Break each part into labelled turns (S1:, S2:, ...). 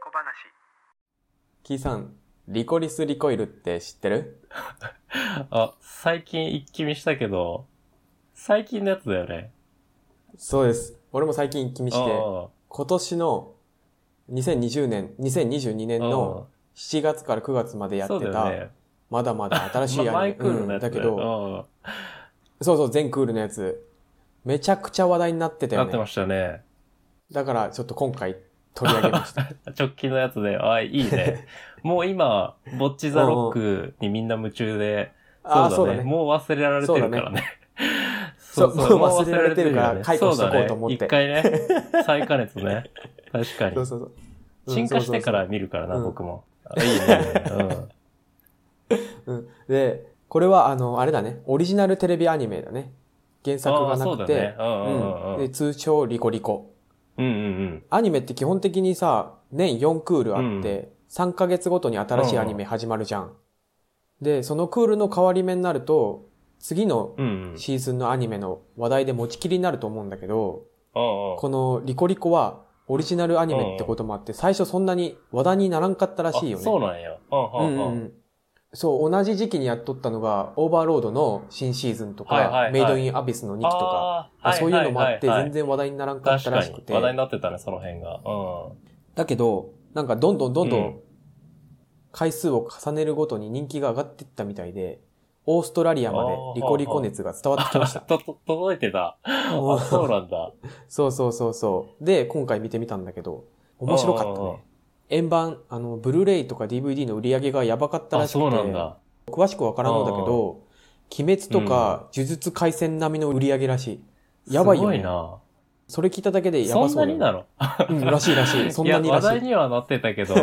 S1: 小話
S2: キーさん、リコリスリコイルって知ってる
S3: あ、最近一気見したけど、最近のやつだよね。
S2: そうです。俺も最近一気見して、
S3: あ
S2: 今年の2020年、2022年
S3: あ
S2: の7月から9月までやっ
S3: そう
S2: て
S3: だよ
S2: た、
S3: ね。
S2: まだまだ新しいアニメ、
S3: まマイクールのやつ
S2: うんだけ
S3: よ
S2: ど、そうそう、全クールのやつ、めちゃくちゃ話題になって
S3: う
S2: た
S3: んな
S2: よ
S3: ってま
S2: ね。
S3: したね。
S2: だからちょっと今回取り上げま した。
S3: 直近のやつで、あ、いい ね。もう今、ボッチザロックにみんな夢中で、
S2: ああ、そうだね。
S3: もう忘れられてるからね。
S2: そうだねそう もう忘れられてるから解雇しとこうと思って
S3: そうだね一回 ね、再加熱ね。確かに
S2: そう。そうそう。うん
S3: 進化してか。
S2: そう
S3: ら見るからな、
S2: うん
S3: 僕も。あいいね。うん。
S2: そうそううんで、これはあの、あれだね、オリジナルテレビアニメだね。原 作がな
S3: ああそう
S2: く
S3: だ
S2: て、
S3: ねうんうんうん
S2: で通称リコリコ。
S3: うんうん
S2: アニメって基本的にさ、年4クールあって、3ヶ月ごとに新しいアニメ始まるじゃん。で、そのクールの変わり目になると、次の
S3: うん。うんうん。
S2: シーズンのアニメの話題で持ちきりになると思うんだけど、
S3: ああ
S2: このリコリコはオリジナルアニメってこともあって、最初そんなに話題にならんかったらしいよ
S3: あ
S2: ね。
S3: そうなんや。ああああ
S2: うんうんうんそう、同じ時期にやっとったのが、オーバーロードの新シーズンとか、
S3: はいはいはい
S2: メイドインアビスの2期とか、
S3: あー
S2: まあそういうのもあって、
S3: はは
S2: 全然話題にならんかったらしく
S3: 確か
S2: て。
S3: に話題になってたね、その辺が。う
S2: だけど、なんかどんどんどんど
S3: うん
S2: ん回数を重ねるごとに人気が上がっていったみたいで、オーストラリアまでリコリコ熱が伝わってきまし
S3: ん。
S2: た。
S3: と、と、届いてた。
S2: お
S3: あ、
S2: ー
S3: そうなんだ。
S2: そうそうそうそう。で、今回見てみたんだけど、面白かった
S3: うんうんうん
S2: ね。円盤、あの、ブルーレイとか DVD の売り上げがやばかったら
S3: あ、
S2: しくて、
S3: そうなんだ。
S2: 詳しくわからんのだけど、鬼滅とか呪術廻戦並みの売り上げらしい。やばい
S3: す
S2: よ、
S3: ごい
S2: ね。
S3: な。
S2: それ聞いただけでや
S3: そ
S2: ば
S3: ん
S2: そ
S3: な
S2: うだよ
S3: に
S2: ね、
S3: な
S2: うん、
S3: の
S2: らしいらしい。そんなにらしい。
S3: や話題にはなってた けど。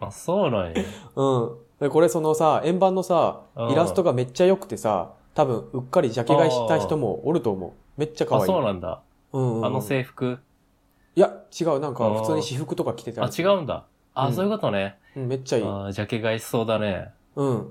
S3: あ、そうなんや。
S2: うん。でこれそのさ、円盤のさ
S3: う、ん
S2: イラストがめっちゃ良くてさ、多分うっかりジャケ買いした人もおると思う。めっちゃ可
S3: あ、
S2: 愛い。
S3: そうなんだ。
S2: うん
S3: あ
S2: うん、
S3: の制服。
S2: いや、違う。なんか普通に私服とか着てた
S3: あ
S2: や、つ
S3: 違うんだ。
S2: う
S3: あ、
S2: ん
S3: そういうことね。
S2: うん、めっちゃいい。
S3: あジャケ買いしそうだね。
S2: うん。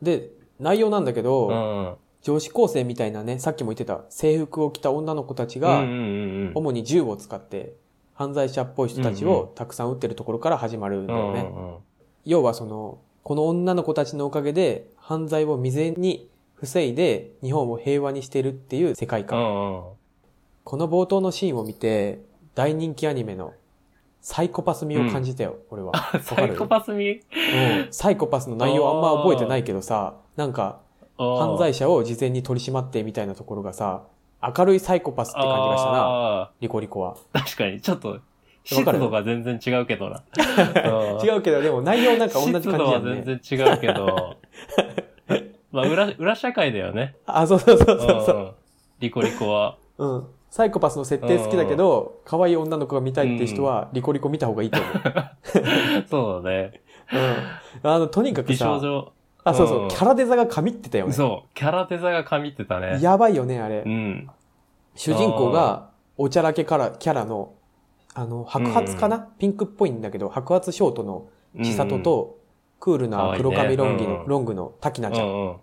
S2: で、内容なんだけど、
S3: うん。
S2: 女子高生みたいなね、さっきも言ってた制服を着た女の子たち
S3: うん
S2: が、
S3: うんうん
S2: 主に銃を使って、犯罪者っぽい人たち
S3: うん
S2: をたくさん撃ってるところから始まるんだよね。
S3: うんうんうん
S2: 要はその、この女の子たちのおかげで犯罪を未然に防いで日本を平和にしてるっていう世界
S3: う
S2: 観。
S3: んうん。
S2: この冒頭のシーンを見て、大人気アニメのサイコパス味を感じたよ、俺は。わか
S3: サイ
S2: る
S3: コパス味
S2: うんサイコパスの内容あんま覚えてないけどさ、なんか犯
S3: 犯
S2: 罪者を事前に取り締まってみたいなところがさ、明るいサイコパスって感じがしたな、
S3: な。
S2: リコリコは。
S3: 確かに、ちょっと、湿度が全然違うけどな。違
S2: 違うけど、でも内容なんか同じ感
S3: 湿
S2: じ
S3: 度
S2: だ
S3: は
S2: よね。
S3: 全然違う けど。まあ、裏、裏社会だよね。
S2: あ、そうそうそうそうそう。
S3: うんリコリコは。
S2: うん。サイコパスの設定好きだけど、可愛い女の子が見たいって人は、リコリコ見た方がいいと思う。
S3: そうだね。
S2: うん。あの、とにかく
S3: 美少
S2: さ、
S3: 女。
S2: あ、そう
S3: う
S2: そ
S3: ん
S2: う、キャラデザが神ってたよね。
S3: そう。キャラデザが神ってたね。
S2: やばいよね、あれ
S3: う。ん。
S2: 主人公が、おちゃらけから、キャラの、あの、白髪かなピンクっぽいんだけど、白髪ショートの千里と、クールな黒髪ロンギ
S3: 可愛いね
S2: の
S3: うん
S2: ロングの滝
S3: う
S2: 菜
S3: ん、
S2: ち
S3: う
S2: ゃん。
S3: んうん。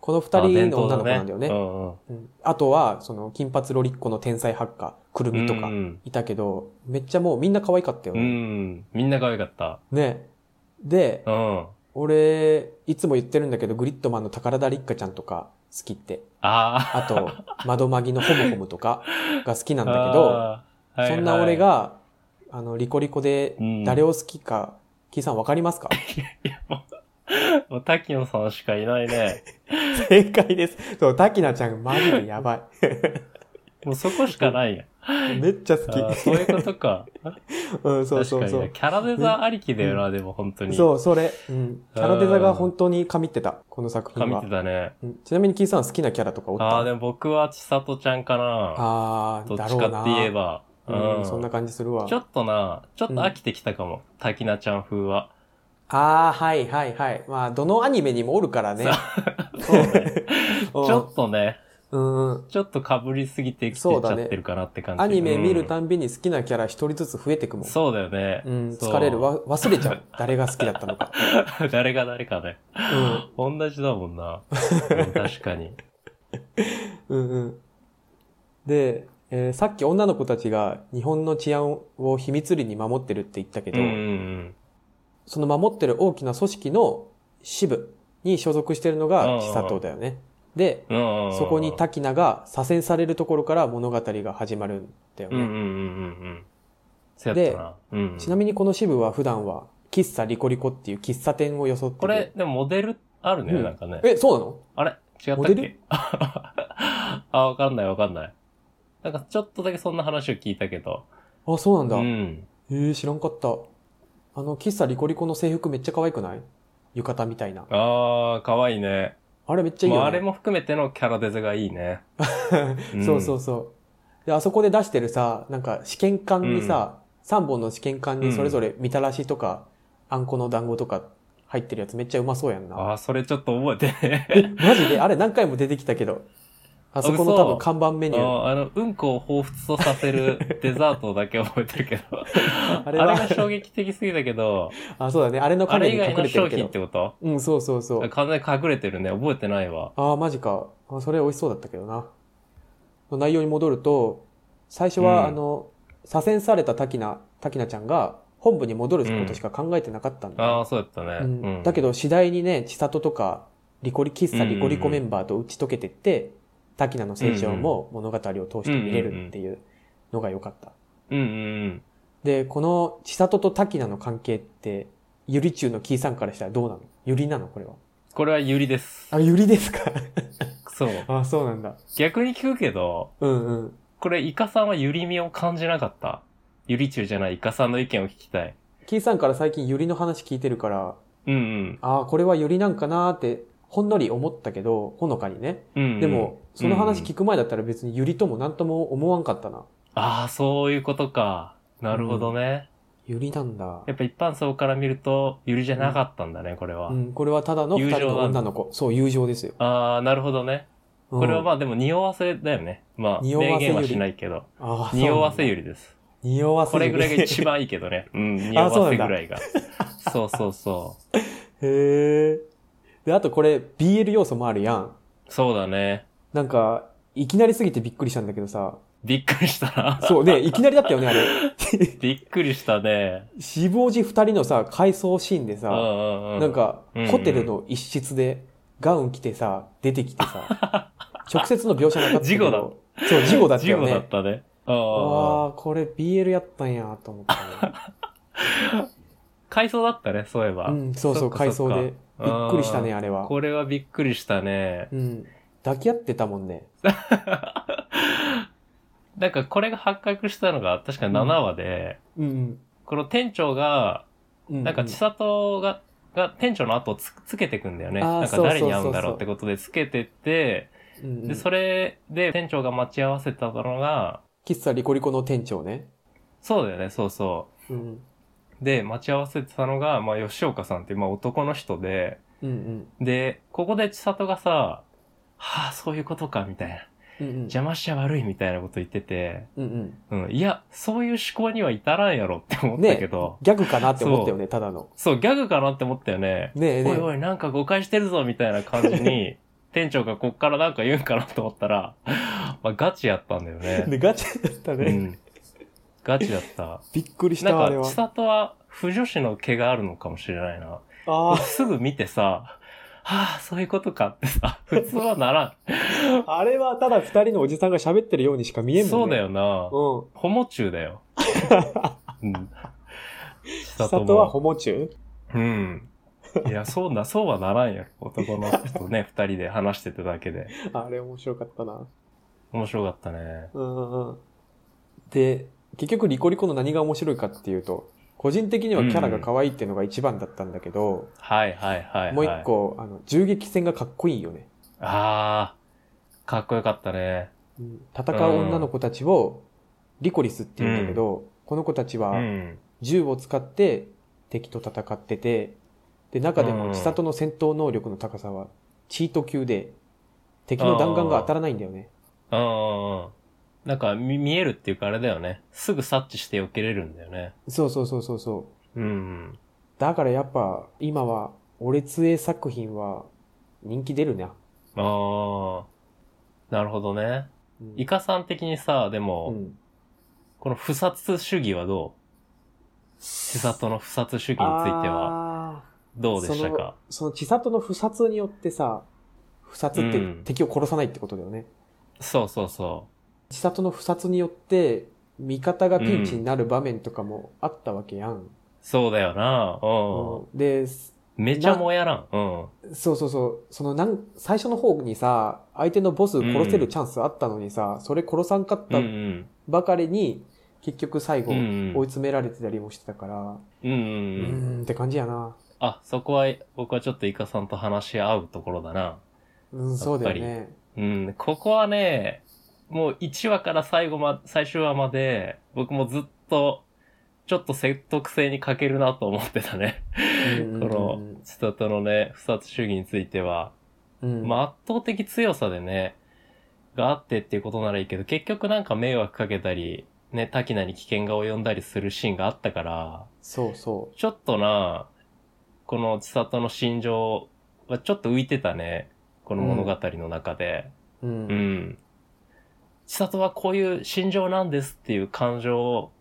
S2: この二
S3: あ
S2: 人
S3: 伝
S2: の
S3: 統
S2: 女の子なんだよ
S3: う
S2: ね。
S3: んうん。
S2: うんあとは、その、金髪ロリッコの天才ハッカー、くるみとか
S3: う、ん
S2: いたけど、めっちゃもうみんな可愛かったよ
S3: うん。う
S2: ね。
S3: ん。みんな可愛かった。
S2: ね。で、
S3: うん。
S2: 俺、いつも言ってるんだけど、グリッドマンの宝田立花ちゃんとか好きって。
S3: あ
S2: あ と、窓マギのホムホムとかが好きな
S3: あ。
S2: んだけど、
S3: あー、はい
S2: そんな俺、が、あの、リコリコで
S3: うん
S2: 誰を好きか、キーさんわかりますか
S3: はいもう滝野さんしかいないね。
S2: 正解です。そう、滝菜ちゃんマジでやば
S3: もうそこしかないや。
S2: い。 めっちゃ好
S3: あー
S2: き。
S3: そういうことか。
S2: うん、 そうそう
S3: 確
S2: そ
S3: かにね
S2: う。
S3: キャラデザありきだよな、でも本当に。
S2: そう、それ。うん。キャラデザが本当に神ってた、この作品
S3: 神っ
S2: は
S3: て。たね。
S2: うんちなみにキーさん好きなキャラとかおった
S3: ああ、でも僕は千里ちゃんかな。
S2: あ
S3: ど
S2: ー
S3: っ
S2: だろ
S3: ち
S2: う
S3: かっ
S2: な。
S3: て言えば。
S2: うん、そんな感じするわ。
S3: ちょっとな、ちょっと飽きてきたかも。滝菜ちゃん風は。
S2: ああ、はいはいはい。まあ、どのアニメにもおるからね。
S3: そうね。
S2: ち
S3: ちょっとね、
S2: うん。
S3: ちょっと被りすぎてきてち
S2: そう
S3: ゃ
S2: だ
S3: っ
S2: ね
S3: てるかなって感じ。
S2: アニメ見る
S3: うん
S2: たんびに好きなキャラ一人ずつ増えてくもん。
S3: そうだよね。
S2: うん、
S3: そう
S2: 疲れる。。わ、忘れちゃう。誰が好きだったのか。
S3: 誰が誰かね。
S2: うん
S3: 同じだ もんな。うん確かに。
S2: うんうん。で、えーさっき女の子たちが日本の治安を秘密裏に守ってるって言ったけ
S3: うん
S2: ど、
S3: うん
S2: その守ってる大きな組織の支部に所属してるのが
S3: うん
S2: 千里だよね。で、
S3: うんうん。
S2: そこに滝名が左遷されるところから物語が始まるんだよ
S3: うんうんう
S2: ね。
S3: んうんうん。そうやったな。うん、
S2: ちなみにこの支部は普段は喫茶リコリコっていう喫茶店を装ってる
S3: これ、でもモデルあるね、
S2: うん
S3: なんかね。
S2: え、そうなの
S3: あれ違った
S2: モ
S3: っ
S2: デル
S3: け あ、わかんないわかんない。なんかちょっとだけそんな話を聞いたけど。
S2: あ、そうなん
S3: う
S2: だ。
S3: ん。
S2: えー、知らんかった。あの、喫茶リコリコの制服めっちゃ可愛くない浴衣みたいな。
S3: ああ、かわいいね。
S2: あれめっちゃいい
S3: ま
S2: よ、ね。
S3: あ、あれも含めてのキャラデザがいいね。 ん
S2: そうそうそう。で、あそこで出してるさ、なんか試験管にさ、3本の試験管にそれぞれみたらしとか、あんこの団子とか入ってるやつめっちゃうまそうやんな。
S3: ああ、それちょっと覚えてね。
S2: え、マジであれ何回も出てきたけど。あそこの多
S3: 嘘
S2: 分看板メニュー。
S3: ああの、うんこを彷彿とさせるデザートだけ覚えて るけど。あ
S2: れ
S3: れ
S2: は
S3: が衝撃的すぎだけど、
S2: あ、そうだね。あれの
S3: あ
S2: 影
S3: れ以
S2: に
S3: 外
S2: 隠
S3: の
S2: れてる
S3: 商
S2: け
S3: 品っ
S2: ど
S3: て。こと
S2: うん、そうそうそう。
S3: 完全に隠れてるね。覚えてないわ。
S2: ああ、マジか。あそれ美味しそうだったけどな。内容に戻ると、最初は、
S3: うん
S2: あの、左遷された滝名、滝名ちゃんが本部に戻ることしか考えてなかったんだよね、
S3: ああ、そうだったね。
S2: うん
S3: うん
S2: だけど次第にね、千里とか、リコリ、喫茶リコリコメンバーと打ち解けてって、滝名の成長も物語を通して見れるっていうのが良かった。
S3: うんうん
S2: で、この千里と滝名の関係って、ゆり中のキーさんからしたらどうなのゆりなのこれは。
S3: これはユリです。
S2: あ、ゆりですか
S3: そう。
S2: あ、そうなんだ。
S3: 逆に聞くけど、
S2: うんうん。
S3: これイカさんはユリ味を感じなかった。ユリ中じゃないイカさんの意見を聞きたい。
S2: キーさんから最近ユリの話聞いてるから、
S3: うんうん。
S2: ああ、これはユリなんかなーって、ほんのり思ったけど、ほのかにね。
S3: うん、うん。
S2: でも、その話
S3: うん
S2: 聞く前だったら別にユリとも何とも思わんかったな。
S3: ああ、そういうことか。なるほどね。
S2: ユリなんだ。
S3: やっぱ一般層から見ると、ユリじゃなかったんだね、これは。
S2: うん、これはただの二人
S3: 友情
S2: の
S3: なんだ
S2: 女の子。そう、友情ですよ。
S3: ああ、なるほどね。これはま
S2: あ、
S3: あでも匂わせだよね。まあ、
S2: 匂わせユ
S3: 明
S2: リ
S3: 言はしないけど。
S2: あー
S3: 匂わせユ
S2: り。
S3: リです。
S2: 匂わせユ
S3: これ
S2: リ。
S3: ぐらいが一番いいけどね。うん、匂
S2: あそうな
S3: わせ
S2: んだ
S3: ぐらいが。そうそうそ
S2: へえ。で、あとこれ、BL 要素もあるやん。
S3: う。そうだね。
S2: なんか、いきなりすぎてびっくりしたんだけどさ。
S3: びっくりした な。
S2: そうね、いきなりだったよね、あれ。
S3: びっくりしたね。
S2: 死亡時二人のさ、回想シーンで
S3: う
S2: さ、
S3: んうんうん。
S2: なん、か
S3: うんう、ん
S2: ホテルの一室で、ガウン着てさ、出てきてさ、 直接の描写なかったけど。
S3: 事故
S2: そう、事故だった
S3: 事
S2: よ
S3: 故だ
S2: ね
S3: っ。たね。
S2: あ
S3: ああ。
S2: あ、これ BL やったんや、と思ったね。
S3: 回想だったね、そういえば。
S2: うん、そうそう、
S3: そっか
S2: 回想で。
S3: そ
S2: び
S3: っか
S2: っくりしたね、あれは。
S3: これはびっくりしたね。
S2: うん。抱き合ってたもんね。
S3: なんかこれが発覚したのが確か7話で、
S2: うん
S3: この店長が、
S2: うん。う
S3: なんか千里が、が店長の後をつつけてくんだよね。
S2: あー
S3: なんか
S2: そうそう
S3: 誰に会うん
S2: そ
S3: だろ
S2: うそう
S3: うってことでつけてって、
S2: うんうん
S3: で、それで店長が待ち合わせたのが、
S2: 喫茶リコリコの店長ね。
S3: そうだよね、そうそ
S2: うん。
S3: う。で、待ち合わせてたのが、まあ吉岡さんっていう、まあ男の人で、
S2: うんうん。
S3: で、ここで千里がさ、はあ、そういうことか、みたいな。
S2: うんうん。
S3: 邪魔しちゃ悪いみたいなこと言ってて、
S2: うん
S3: うん、いや、そういう思考には至らんやろって思
S2: うん。
S3: った
S2: ね
S3: けど、
S2: ギャグかなって思ったよね、ただの。
S3: そう、ギャグかなって思ったよね。
S2: ねえね
S3: おいおい、なんか誤解してるぞみたいな感じ に、店長がこっからなんか言うんかなと思ったら、まあ、ガチやったんだよ
S2: え。で、
S3: ね。
S2: ガチだった
S3: う
S2: ね。
S3: ん。ガチだった。
S2: びっくりし
S3: な
S2: たわ、あれ
S3: ん
S2: は
S3: か、千。里は、不女子の毛があるのかもしれないな。
S2: ああ。
S3: すぐ見てさ、はあ、そういうことかってさ、普通はなら
S2: あれはただ二人のおじさんが喋ってるようにしか見えん
S3: ん。
S2: も
S3: そ
S2: んね。
S3: うだ。よな。
S2: うん。
S3: ホモ中 だよ。うん。
S2: 千里はホモ中
S3: うん。いや、そうな、そうはならんやろ。男の人 とね、二人で話してただけで。
S2: あれ面白かったな。
S3: 面白かったね。
S2: うんうんうん。で、結局リコリコの何が面白いかっていうと、個人的にはキャラが可愛いっていうのが一番だったんだけど、
S3: はいはいはい、はい。
S2: もう一。個、あの、銃撃戦がかっこいいよね。
S3: あー、かっこよかったね。
S2: うん戦う女の子たちをリコリスって言うんだけど、この子たち
S3: う
S2: は
S3: ん。
S2: 銃を使って敵と戦ってて、で、中で
S3: う
S2: も
S3: ん
S2: 千里の戦闘能力の高さはチート級で、敵の弾丸が当たらないんだよね。
S3: うん。なんか見、見えるっていうかあれだよね。すぐ察知して避けれるんだよね。
S2: そうそうそうそうそう。
S3: うん。
S2: だからやっぱ今は、俺つえ作品は人気出るな。
S3: あー、なるほどね。
S2: うん
S3: イカさん的にさ、で
S2: う
S3: も、
S2: ん
S3: この不殺主義はどう千里の不殺主義については
S2: あ
S3: どうでしたか
S2: ーその千里の不殺によってさ、不殺って
S3: うん
S2: 敵を殺さないってことだよね。
S3: そうそうそ
S2: 千里の不殺によって、味方がピンチになる場面とかもあったわけやん。
S3: う。そうだよな。う
S2: うんで、
S3: ん。めちゃもやらん。うん。
S2: そうそうそう、そのなん、最初の方にさ、相手のボス殺せるチャンスあったのにさ、それ殺さんかっ
S3: うんう
S2: た
S3: ん。
S2: ばかりに、結局最後、
S3: うん
S2: 追
S3: う
S2: い
S3: ん
S2: 詰められてたりもしてたから、
S3: うんうん
S2: う
S3: うん。
S2: ーんって感じやな。
S3: あ、そこは僕はちょっとイカさんと話し合うところだな。
S2: うん、そうだよね。
S3: うん、ここはね、もう1話から最後ま、最終話まで、僕もずっと、ちょっと説得性に欠けるなと思ってたね。
S2: う
S3: こ
S2: んうんうん
S3: の、千里のね、不殺主義については。
S2: うん、
S3: まあ、圧倒的強さでね、があってっていうことならいいけど、結局なんか迷惑かけたり、ね、滝名に危険が及んだりするシーンがあったから、
S2: そうそ
S3: ちょっとな、この千里の心情はちょっと浮いてたね。この物語の中で。
S2: う。うん。
S3: うん。千里はこういう心情なんですっていう感情を、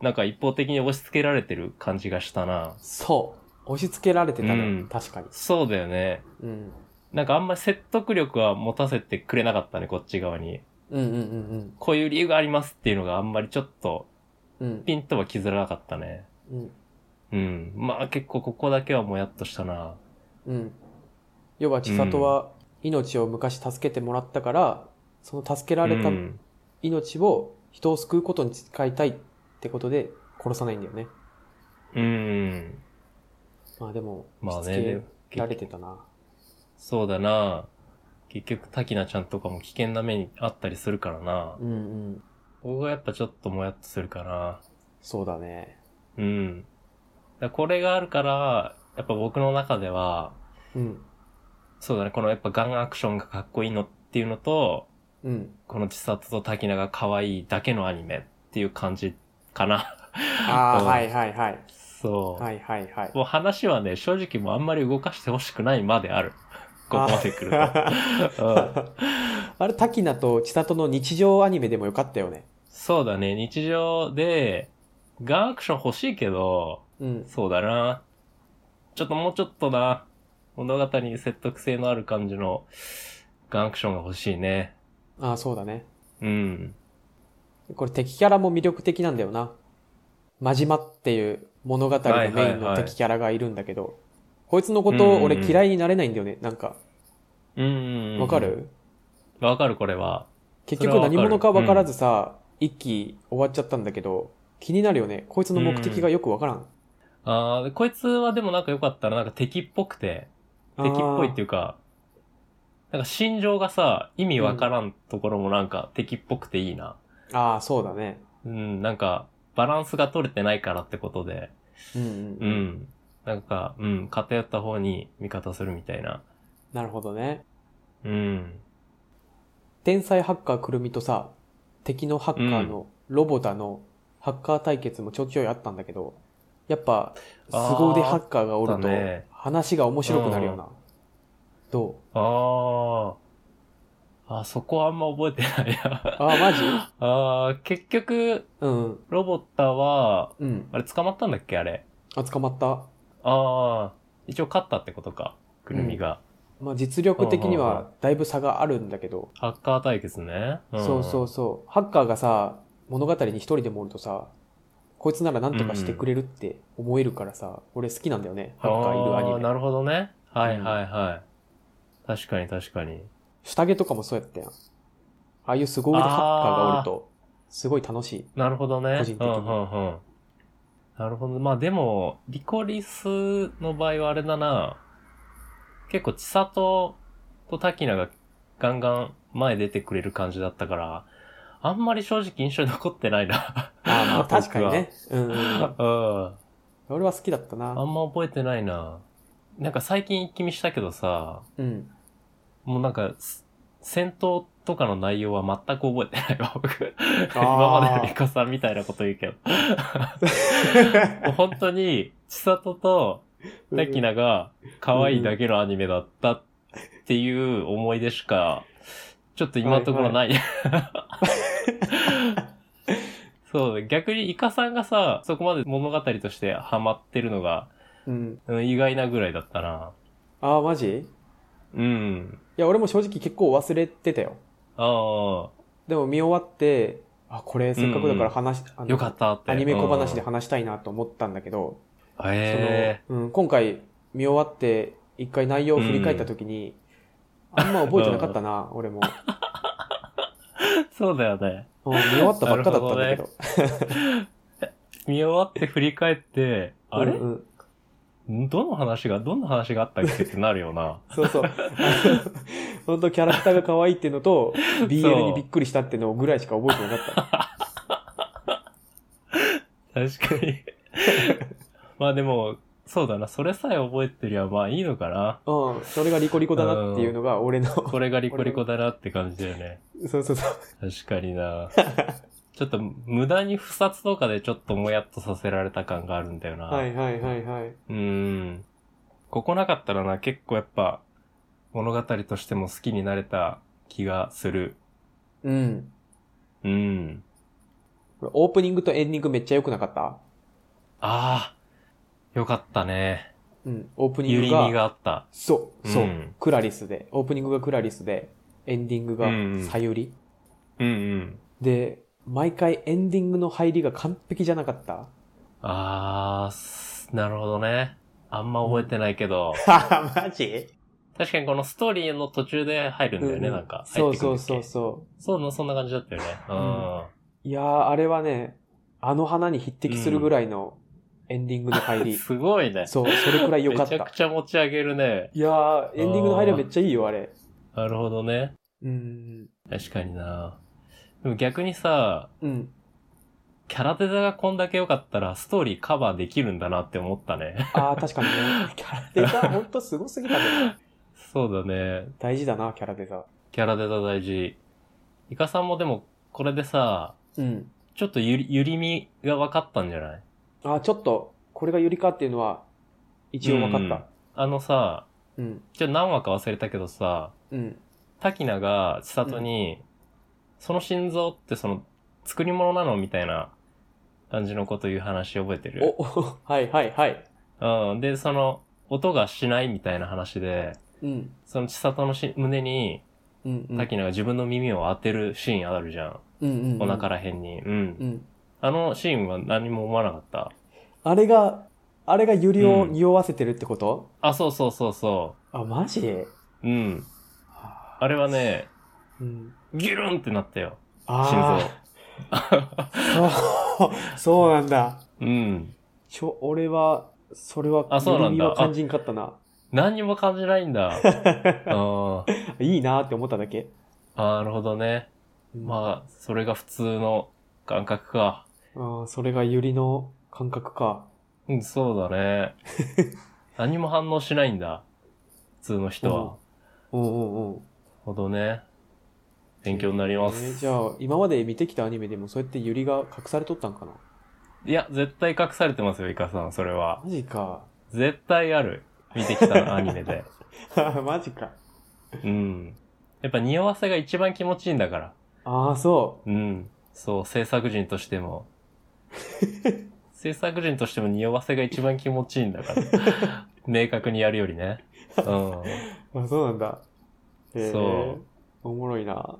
S3: なんか一方的に押し付けられてる感じがしたな。
S2: そう。押し付けられてたね、
S3: うん
S2: 確かに。
S3: そうだよね。
S2: うん。
S3: なんかあんまり説得力は持たせてくれなかったね、こっち側に。
S2: うんうんうん
S3: こういう理由がありますっていうのがあんまりちょっと
S2: うん。うん。
S3: ピンとは来づらかったね。
S2: うん。
S3: うん。まあ結構ここだけはもやっとしたな。
S2: うん。要は、千里は命を昔助けてもらったから、その助けられた
S3: うん
S2: 命を人を救うことに使いたいってことで殺さないんだよね。
S3: うん。
S2: まあでも、
S3: まあ
S2: しつけ
S3: ね、
S2: られてたな。
S3: そうだな。結局、滝名ちゃんとかも危険な目にあったりするからな。
S2: うんうん。
S3: 僕はやっぱちょっともやっとするかな。
S2: そうだね。
S3: うん。だからこれがあるから、やっぱ僕の中では、
S2: うん。
S3: そうだね、このやっぱガンアクションがかっこいいのっていうのと、
S2: うん。
S3: この千里と滝名が可愛いだけのアニメっていう感じかな。
S2: ああ、
S3: うん
S2: はいはいはい。
S3: そう。
S2: はいはいはい。
S3: もう話はね、正直もうあんまり動かしてほしくないまである。ここまで来ると。うん
S2: あれ、滝名と千里の日常アニメでもよかったよね。
S3: そうだね、日常で、ガンアクション欲しいけど、
S2: うん。
S3: そうだな。ちょっともうちょっとな、物語に説得性のある感じのガンアクションが欲しいね。
S2: ああ、そうだね。
S3: うん。
S2: これ敵キャラも魅力的なんだよな。マジマっていう物語のメインの敵キャラがいるんだけど、こいつのこと俺嫌いになれないんだよね。なんか、
S3: うんうんうん。
S2: わかる、
S3: わかる、これは。
S2: 結局何者かわからずさ、一期終わっちゃったんだけど、気になるよね。こいつの目的がよくわからん。
S3: あーでこいつはでもなんかよかったら、なんか敵っぽくて、敵っぽいって
S2: い
S3: いうか、なんか心情がさ、意味わからんところもなんか敵っぽくていいな。
S2: う。ああ、そうだね。
S3: うん、なんか、バランスが取れてないからってことで、
S2: うんうん。
S3: う。ん。なんか、うん、偏った方に味方するみたいな。
S2: なるほどね。
S3: うん。
S2: 天才ハッカーくるみとさ、敵のハッカーのロボタのハッカー対決もちょいちょいあったんだけど、やっぱ、凄腕ハッカーがお
S3: あ
S2: る
S3: っ
S2: と
S3: たね、
S2: 話が面白くなるよな。どう
S3: ああ。あ、そこはあんま覚えてないや。
S2: ああ、マジ
S3: ああ、結局、
S2: うん。
S3: ロボッタは、
S2: うん。
S3: あれ捕まったんだっけあれ。
S2: あ、捕まった。
S3: ああ、一応勝ったってことか。くるみが。
S2: まあ実力的に
S3: うんうんう
S2: はだいぶ差があるんだけど、
S3: ハッカー対決ね。ん
S2: そうそうそう。ハッカーがさ、物語に一人でもおるとさ、こいつなら何とかしてくれるって思えるからさ、俺好きなんだよね。ハッカーいるア
S3: あ
S2: ニ
S3: ー
S2: メ。
S3: なるほどね。はいはいはい。確かに確かに。
S2: 下着とかもそうやったやん。ああいう凄腕ハッカーがおると、すごい楽しい。
S3: なるほどね。
S2: 個人的に
S3: うんうんうん。なるほど。まあでも、リコリスの場合はあれだな。結構、千里と滝名がガンガン前出てくれる感じだったから、あんまり正直印象に残ってないな。
S2: あーまあ
S3: 僕は
S2: 確かにね。うんうんうん。
S3: うん。
S2: 俺は好きだった
S3: あ
S2: な。
S3: んま覚えてないな。なんか最近一気見したけどさ、
S2: うん。
S3: もうなんか、す戦闘とかの内容は全く覚えてないわ、僕。
S2: ー
S3: 今までのリカさんみたいなこと言 うけど。もう本当に、千里とタキナが可愛いだけのアニメだったっていう思い出しか、ちょっと今のとこ ろない。そうね、逆にイカさんがさ、そこまで物語としてハマってるのが、
S2: うん。
S3: うん意外なぐらいだったな。
S2: ああ、マジ
S3: うん。
S2: いや、俺も正直結構忘れてたよ。
S3: あ
S2: でも見終わって、あ、これせっかくだから話し、あ
S3: あ、
S2: の
S3: よかったって。
S2: アニメ小話で
S3: うん。
S2: 話したいなと思ったんだけど、
S3: へ
S2: そのうん、今回見終わって、一回内容を振り返った時に、あんま覚えてなかったな、俺も。
S3: えそうだよね。
S2: うん見終わったばっかだったんだけど。
S3: 見終わって振り返って、あれ、
S2: うんうん
S3: どの話が、どんな話があったっけってなるよな。
S2: そうそう。本当キャラクターが可愛いっていうのと、BL にびっくりしたっていうのぐらいしか覚えてなかっ
S3: 確かに。 まあでも、そうだな。それさえ覚えてりゃまあいいのかな。
S2: た。うん。それがリコリコだなっていうのが俺の、
S3: これがリコリコだなって感じだよね。
S2: そうそうそう。
S3: 確かにな。ちょっと無駄に不殺とかでちょっともやっとさせられた感があるんだよな。
S2: はいはいはいはい。
S3: うーん。ここなかったらな、結構やっぱ物語としても好きになれた気がする。
S2: うん。
S3: うん。
S2: これオープニングとエンディングめっちゃ良くなかった
S3: ああ、よかったね。
S2: うん。オープニ
S3: ゆ
S2: ン
S3: り
S2: グ
S3: み
S2: が、
S3: があった。
S2: そう、そう、
S3: うん
S2: クラリスで、オープニングがクラリスで、エンディングが
S3: うん
S2: さゆり。
S3: うんうん。
S2: で、毎回エンディングの入りが完璧じゃなかった。
S3: ああ、すなるほどね。あんま覚えてないけど。
S2: は マジ
S3: 確かにこのストーリーの途中で入るんだよね、なんか。
S2: そ
S3: 入っ
S2: う
S3: てく
S2: そ
S3: る
S2: うん
S3: だっけ
S2: そうそう。
S3: そうな、そんな感じだったよね。うん。
S2: いやー、あれはね、あの花に匹敵するぐらいのエンディングの入り。
S3: すごい ね。
S2: そう、それくらい良かっ
S3: めち
S2: た。
S3: ゃくちゃ持ち上げるね。
S2: いやー、エンディングの入りはめっちゃいいよ、あれ。
S3: なるほどね。
S2: うん。
S3: 確かにな。でも逆にさ、
S2: うん。
S3: キャラデザがこんだけ良かったら、ストーリーカバーできるんだなって思ったね。
S2: あー、確かにね。 キャラデザ、ほんとすごすぎたね。
S3: そうだね。
S2: 大事だな、キャラデザ。
S3: キャラデザ大事。イカさんもでも、これでさ、
S2: うん。
S3: ちょっとゆり、ゆりみが分かったんじゃない
S2: あー、ちょっと、これがユリかっていうのは、一応分かった。
S3: あのさ、
S2: うん。
S3: ちょ、何話か忘れたけどさ、
S2: うん。
S3: タキナが千里に、その心臓ってその、作り物なのみたいな感じのこと言う話覚えてる。
S2: お、おはいはいはい。
S3: うん。で、その、音がしないみたいな話で、
S2: うん。
S3: その千里のし胸に、
S2: うん、うん。
S3: タキナが自分の耳を当てるシーンあるじゃん。
S2: うんうんうん
S3: お腹らへんに。うん。
S2: うん。
S3: あのシーンは何も思わなかった。
S2: あれが、あれがユリを
S3: うん
S2: 匂わせてるってこと、
S3: あ、そうそうそうそ
S2: あ、マジ
S3: う。うん。あれはね、
S2: うん。
S3: ギュルンってなったよ。
S2: あ
S3: 心
S2: ー
S3: 臓。
S2: そう、 そうなんだ。
S3: うん。
S2: ちょ、俺は、それは、
S3: あそうなん
S2: 耳
S3: だ
S2: は感じんかったな。
S3: 何にも感じないん だ。あー
S2: いいなって思っただけ。
S3: あー、なるほどね。まあ、それが普通の感覚か。
S2: あー、それがユリの感覚か。
S3: うん、そう だね。何も反応しないんだ。普通の人は。
S2: うんうんうん。
S3: ほどね。勉強になり
S2: え
S3: ます。
S2: ーじゃあ、今まで見てきたアニメでもそうやってユリが隠されとったんかない
S3: や、絶対隠されてますよ、イカさん、それは。
S2: マジか。
S3: 絶対ある。見てきたアニメで。
S2: マジか。
S3: うん。やっぱ匂わせが一番気持ちいいんだから。
S2: ああ、そ
S3: うん。そう、制作人として も。制作人としても匂わせが一番気持ちいいんだから。明確にやるよりね。うん。
S2: う。あそうなんだ。えー、
S3: そう
S2: おもろいな。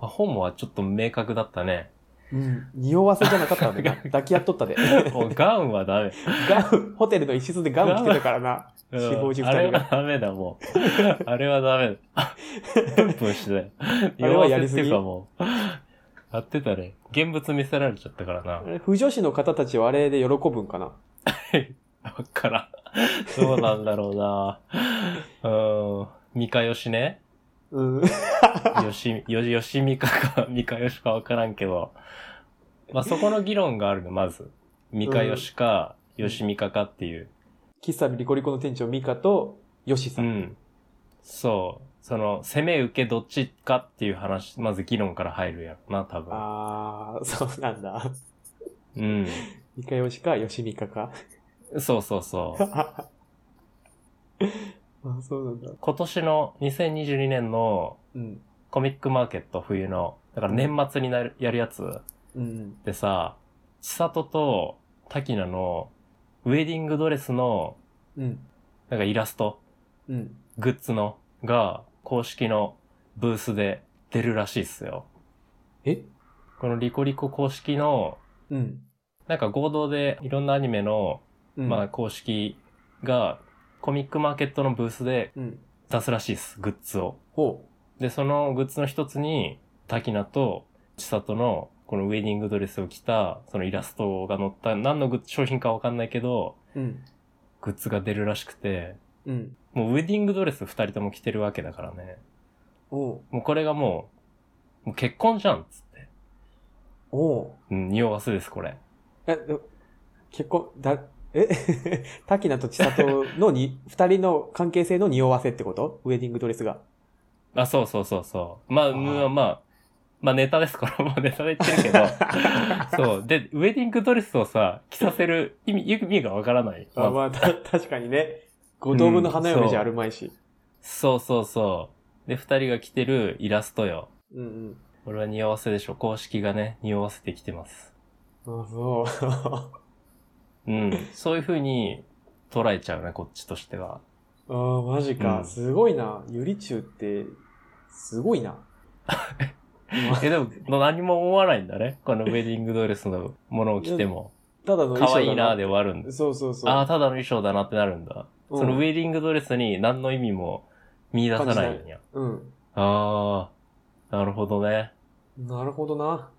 S3: あ、ホモはちょっと明確だったね。
S2: うん。匂わせじゃなか ったんだな。抱き合っとったで。
S3: おガウンはダメ。
S2: ガウン、ホテルの一室でガウン着てたからな。
S3: うん
S2: 四五時二
S3: あれ
S2: 人が
S3: はダメだ、もう。あれはダメだ。プンプンしてたよ。
S2: れはやりすぎ
S3: 弱性っていうかもう。やってたね。現物見せられちゃったからな
S2: あ。れ不女子の方たちはあれで喜ぶんかな。
S3: わからん。どうなんだろうな。うん。三日吉ね。
S2: うん。
S3: よし、よし、よしみかか、三日吉かわからんけど。まあ、そこの議論があるの、まず。三日吉か、よしみかかっていう。
S2: 喫茶リコリコの店長ミカとヨシさ。
S3: うんん。そう。その、攻め受けどっちかっていう話、まず議論から入るやろな、多分。
S2: あー、そうなんだ。
S3: うん。
S2: ミカヨシかヨシミカか。
S3: そうそうそ う。
S2: あ、そうなんだ。
S3: 今年の2022年の
S2: うん。
S3: コミックマーケット冬の、だから年末になる、やるやつ
S2: うん。
S3: でさ、千里と滝菜のウェディングドレスの
S2: うん。
S3: なんかイラスト、
S2: うん。
S3: グッズのが公式のブースで出るらしいっすよ。
S2: え
S3: このリコリコ公式の
S2: うん。
S3: なんか合同でいろんなアニメの、
S2: うん。
S3: まあ公式がコミックマーケットのブースで
S2: うん。
S3: 出すらしいっす、グッズを。
S2: ほ
S3: で、そのグッズの一つに、滝菜と千里のこのウェディングドレスを着た、そのイラストが載った、何のグッズ商品かわかんないけど、
S2: う。うん。
S3: グッズが出るらしくて、
S2: うん。
S3: もうウェディングドレス二人とも着てるわけだからね。
S2: おう。
S3: もうこれがもう、もう結婚じゃんっつって。
S2: おう。
S3: うん、匂わせです、これ。
S2: え、でも結婚、だ、え 滝菜と千里のに、二人の関係性の匂わせってことウェディングドレスが。
S3: あ、そうそうそうそう。まあ、
S2: あー
S3: まあ、まあ、まあネタです、これもうネタで言ってるけ ど。そう。で、ウェディングドレスをさ、着させる意味、意味がわからない。
S2: あまあ、た、確かにね。五等分の花嫁じゃあるまいし。
S3: そうそうそう。で、二人が着てるイラストよ。
S2: うんうん。
S3: これは匂わせでしょ。公式がね、匂わせてきてます。
S2: あそう。
S3: うん。そういう風に捉えちゃうね、こっちとしては。
S2: ああ、マジか。
S3: うん
S2: すごいな。ゆりちゅうって、すごい な。
S3: え、でも、何も思わないんだね。このウェディングドレスのものを着ても。
S2: ただの衣
S3: 可
S2: 装だ
S3: 愛いなーで終わるんだ。
S2: そうそうそう。
S3: ああー、ただの衣装だなってなるんだ。
S2: うん
S3: そのウェディングドレスに何の意味も見出さないんや。
S2: うん。
S3: ああ、なるほどね。
S2: なるほどな。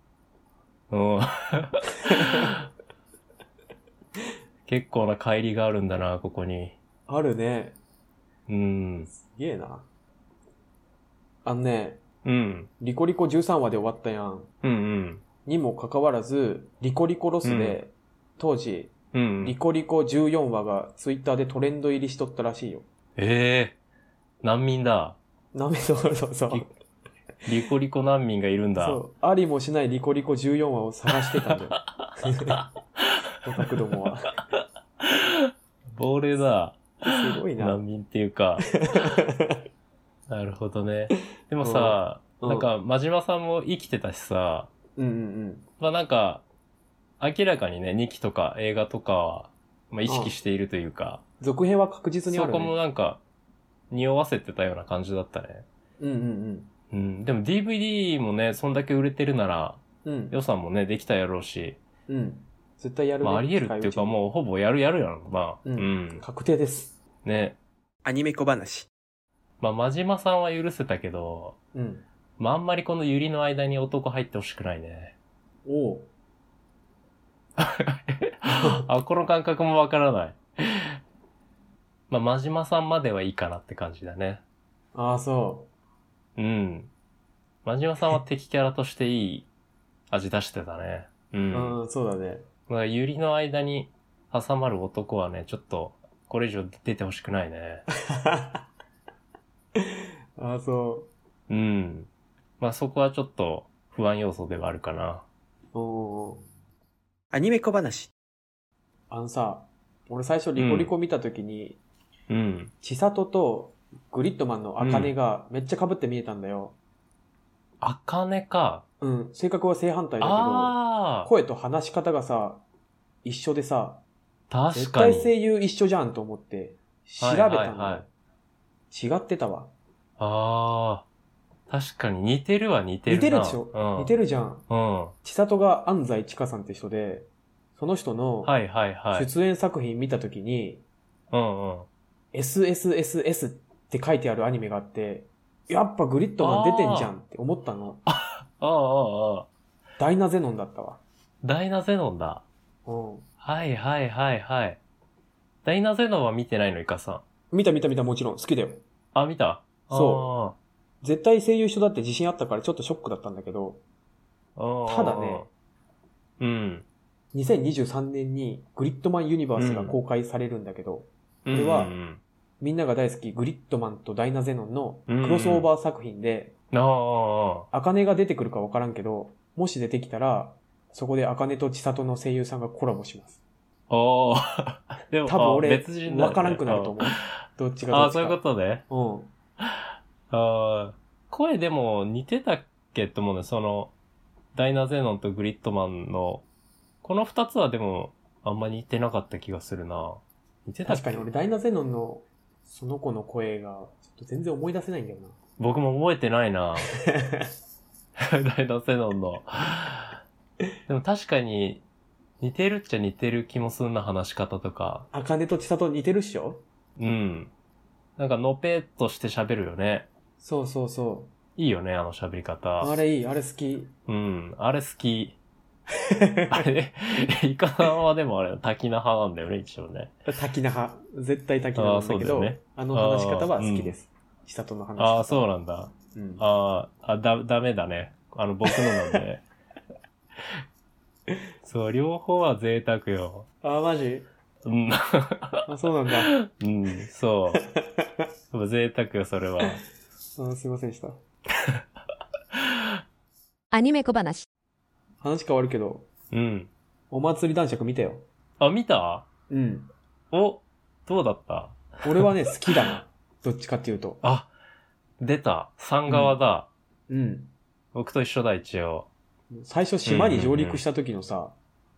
S3: うん。結構な乖離があるんだな、ここに。
S2: あるね。
S3: うん。
S2: すげえな。あのね、
S3: うん。
S2: リコリコ13話で終わったやん。
S3: うんうん。
S2: にもかかわらず、リコリコロスで、当時、
S3: うんう
S2: リ
S3: ん。
S2: コリコ14話がツイッターでトレンド入りしとったらしいよ。
S3: ええ難民だ。
S2: なめそうそうそう。
S3: リリコリコ難民がいるんだ。
S2: そう。ありもしないリコリコ14話を探してたんだ よ。オタクどもは。
S3: 亡霊だ。
S2: すごいな
S3: 難。民ってい うか。なるほどね。でもさ、
S2: うん
S3: なんか、真島さんも生きてたしさ、
S2: うんうん
S3: まあなんか、明らかにね、2期とか映画とかは、まあ、意識しているというか、
S2: うん。続編は確実にあ
S3: そ
S2: る、ね。
S3: こもなんか、匂わせてたような感じだったね。
S2: うんうん
S3: うん。でも DVD もね、そんだけ売れてるなら、
S2: うん。うん。
S3: 予算もね、できたやろうし、
S2: うん。絶対やるね。
S3: まああり得るっていうかもうほぼやるやるやろ。まあ、
S2: う
S3: うんん。
S2: 確定です。
S3: ね。
S2: アニメ小話。
S3: まあ真島さんは許せたけど、
S2: うん。
S3: まああんまりこのユリの間に男入ってほしくないね。
S2: お う。
S3: あ、この感覚もわからない。 まあ真島さんまではいいかなって感じだね。
S2: ああ、そ
S3: うん。真島さんは敵キャラとしていい味出してたね。う
S2: う。
S3: ん。
S2: うん、そうだね。
S3: だからユリの間に挟まる男はね、ちょっと、これ以上出てほしくないね。
S2: ああ、そ
S3: うん。まあそこはちょっと不安要素ではあるかな。
S2: う。おうおう
S1: アニメ小話。
S2: あのさ、俺最初リコリコ見たときに、
S3: うん。
S2: 千里とグリッドマンの茜がめっちゃ被って見えたんだよ。
S3: あかねか。
S2: うん、性格は正反対だけど、
S3: ああ。
S2: 声と話し方がさ、一緒でさ、
S3: 確
S2: 絶
S3: か
S2: 対
S3: に。
S2: 声優一緒じゃんと思って、調べたんだよ。
S3: はいはいは
S2: 違ってたわ。
S3: ああ。確かに似てるは似てる
S2: 似
S3: な。
S2: てるでしょ
S3: うん。
S2: 似てるじゃん。
S3: うん。は
S2: 千里が安西千佳さんって人で、その人の
S3: いはいはい。
S2: 出演作品見たときに、
S3: うんうん。
S2: SSSS って書いてあるアニメがあって、やっぱグリッドマン出てんじゃんって思ったの。
S3: ああああああ。
S2: ダイナゼノンだったわ。
S3: ダイナゼノンだ。
S2: うん。
S3: はいはいはいはい。ダイナゼノンは見てないの、イカさん。
S2: 見た見た見たもちろん好きだよ。
S3: あ、見た。
S2: そう絶対声優一緒だって自信あったからちょっとショックだったんだけど、
S3: あー
S2: ただね。
S3: うん。
S2: 2023年にグリッドマンユニバースが公開されるんだけど、
S3: こ
S2: れはみんなが大好きグリッドマンとダイナゼノンのクロスオーバー作品で、
S3: ああ、
S2: アカネが出てくるかわからんけど、もし出てきたら、そこでアカネと千里の声優さんがコラボします。
S3: ああ。ああ。 でも、
S2: 多分
S3: あ
S2: 俺
S3: 別人だよね
S2: わからんくなると思う。どっちがどっちか。
S3: ああ、そういうことね。
S2: と。
S3: ああ。声でも似てたっけって思うのよその、ダイナゼノンとグリッドマンの、この二つはでも、あんま似てなかった気がするな。似てたっけ
S2: 確かに俺、ダイナゼノンのその子の声が、ちょっと全然思い出せないんだよな。
S3: 僕も覚えてない なダイナセノンの。でも確かに、似てるっちゃ似てる気もするな、話し方とか。
S2: あかねとちさと似てるっしょ
S3: うん。なんか、のぺーっとして喋るよね。
S2: そうそうそ
S3: いいよね、あの喋り
S2: う。
S3: 方。
S2: あれいい、あれ好 き。
S3: うん、あれ好き。あれ、 イカさんはでもあれ、滝な派なんだよね、一応ね。
S2: 滝那覇。絶対滝那覇なんだけ
S3: あーそ
S2: ど、
S3: う
S2: あ
S3: だよね
S2: の話し方は好きです。ちさとの話し方。
S3: ああ、そうなんだ。
S2: うん。
S3: あーあ、だ、ダメだね。あの、僕のなんで。 そう、両方は贅沢よ。
S2: あー、マジ
S3: うん、
S2: あ、そう なんだ。
S3: うん、そう。やっぱ贅沢よ、それは。
S2: あすいませんでした。
S4: アニメ小話。
S2: 話変わるけど、
S3: うん。
S2: お祭り男爵見たよ。
S3: あ、見た
S2: うん。
S3: お、どうだった
S2: 俺はね、好きだな。どっちかっていうと。
S3: あ、出た。三側だ。
S2: うん。
S3: 僕と一緒だ、一応。
S2: 最初島に上陸した時のさ、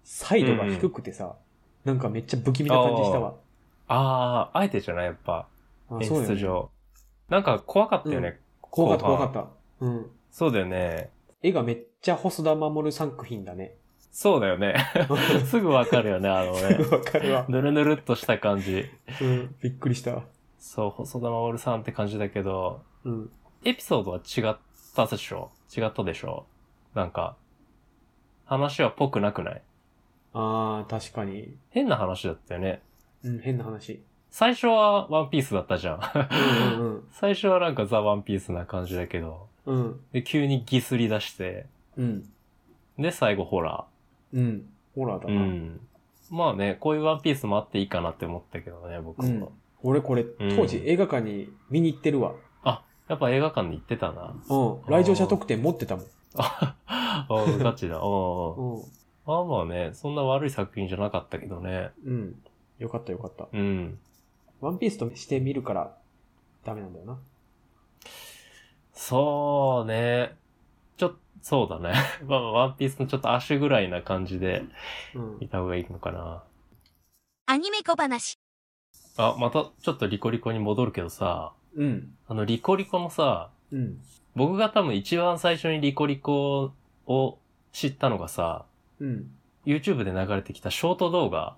S2: サイドが低くてさ、なんかめっちゃ不気味な感じしたわ。
S3: ああ、あえてじゃない、やっぱ。
S2: あ
S3: 演
S2: そうだよね。
S3: 出上。なんか怖かったよね。
S2: う怖かった
S3: 後半
S2: 怖かった。うん。
S3: そうだよね。
S2: 絵がめっちゃ細田守作品だね。
S3: そうだよね。 すぐわかるよね、あのね。
S2: わかるわ。
S3: ぬるぬるっとした感じ。
S2: うん。びっくりした。
S3: そう、細田守さんって感じだけど、
S2: うん。
S3: エピソードは違ったでしょ違ったでしょなんか、話はぽくなくない
S2: あー、確かに。
S3: 変な話だったよね。
S2: うん、変な 話。
S3: 最初はワンピースだったじゃん。
S2: うんうん
S3: 最初はなんかザ・ワンピースな感じだけど、
S2: うん。うん。
S3: で、急にギスり出して、
S2: うん。
S3: で、最後ホラ
S2: うん。ホラー
S3: ー。
S2: だ
S3: う
S2: な。
S3: ん。まあね、こういうワンピースもあっていいかなって思ったけどね、僕も。
S2: うん俺これ、当時映画館に見に行ってるわ。
S3: あ、やっぱ映画館に行ってた な。
S2: うん。来場者特典持ってたもん。
S3: あ、ガチだ。うんうん
S2: うん。
S3: まあまあね、そんな悪い作品じゃなかったけどね。
S2: うん。よかったよかった。
S3: うん。
S2: ワンピースとしてみるから、ダメなんだよな。
S3: そうね。ちょっと、そうだね。 まあまあ、ワンピースのちょっと足ぐらいな感じで
S2: うん
S3: い。た方がいいのかな。
S4: アニメ小話。
S3: あ、またちょっとリコリコに戻るけどさ、
S2: うん。
S3: あのリコリコのさ、
S2: うん。
S3: 僕が多分一番最初にリコリコを知ったのがさ、
S2: うん。
S3: YouTube で流れてきたショート動画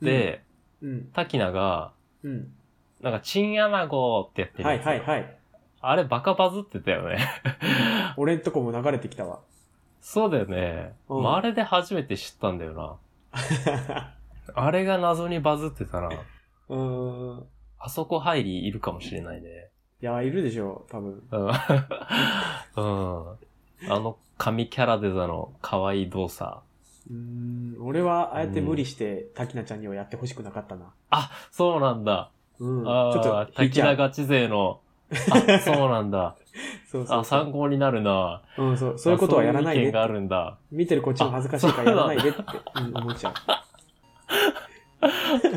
S3: で、
S2: うん。
S3: タキナが、
S2: うん。
S3: なんか、チンアナゴってやってる
S2: は
S3: や
S2: い
S3: つ
S2: はいはい。
S3: あれバカバズってたよね。
S2: 俺んとこも流れてきたわ。
S3: そうだよね。
S2: うん
S3: まあ、あれで初めて知ったんだよな。あれが謎にバズっ てたな。
S2: うーん。
S3: あそこ入りいるかもしれないね。
S2: いや、いるでしょ、多分。
S3: うん。うん、あの、神キャラでだの、可愛い動作。
S2: うーん。俺は、あえて無理して、滝菜ちゃんにはやってほしくなかったな。
S3: あ、そうなんだ。
S2: うん。ち
S3: あ
S2: ょっと
S3: あ、、
S2: 引い
S3: 滝
S2: ちゃ
S3: 田
S2: う。
S3: ガチ勢の。 あ、そうなんだ。
S2: そうそ
S3: あ、
S2: うそ
S3: 参
S2: う。
S3: 考になるな。
S2: うん、そう。そういうことはやらない
S3: あそういう意
S2: で
S3: 見。があるんだ。
S2: 見てるこっちも恥ずかしいからやらないでって、うん、思っちゃう。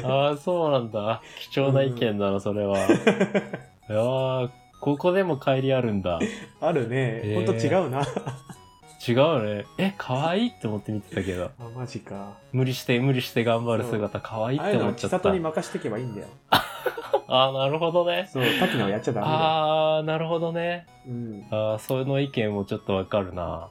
S3: ああ、そうなんだ。貴重な意見だな、そ れは。いやーここでも帰りあるんだ。
S2: あるね。
S3: へー
S2: ほんと違うな。
S3: 違うね。え、可愛いって思って見てたけど。
S2: あ、マジか。
S3: 無理して無理して頑張る姿可愛い
S2: ああ
S3: っ
S2: い
S3: て
S2: うの
S3: 思
S2: は
S3: っちゃ
S2: 千
S3: った。
S2: 里に任していけばいいんだよ。
S3: ああ、なるほどね。
S2: そう、滝菜はやっちゃダメだよ。
S3: ああ、なるほどね。
S2: うん。
S3: ああ、その意見もちょっとわかるな。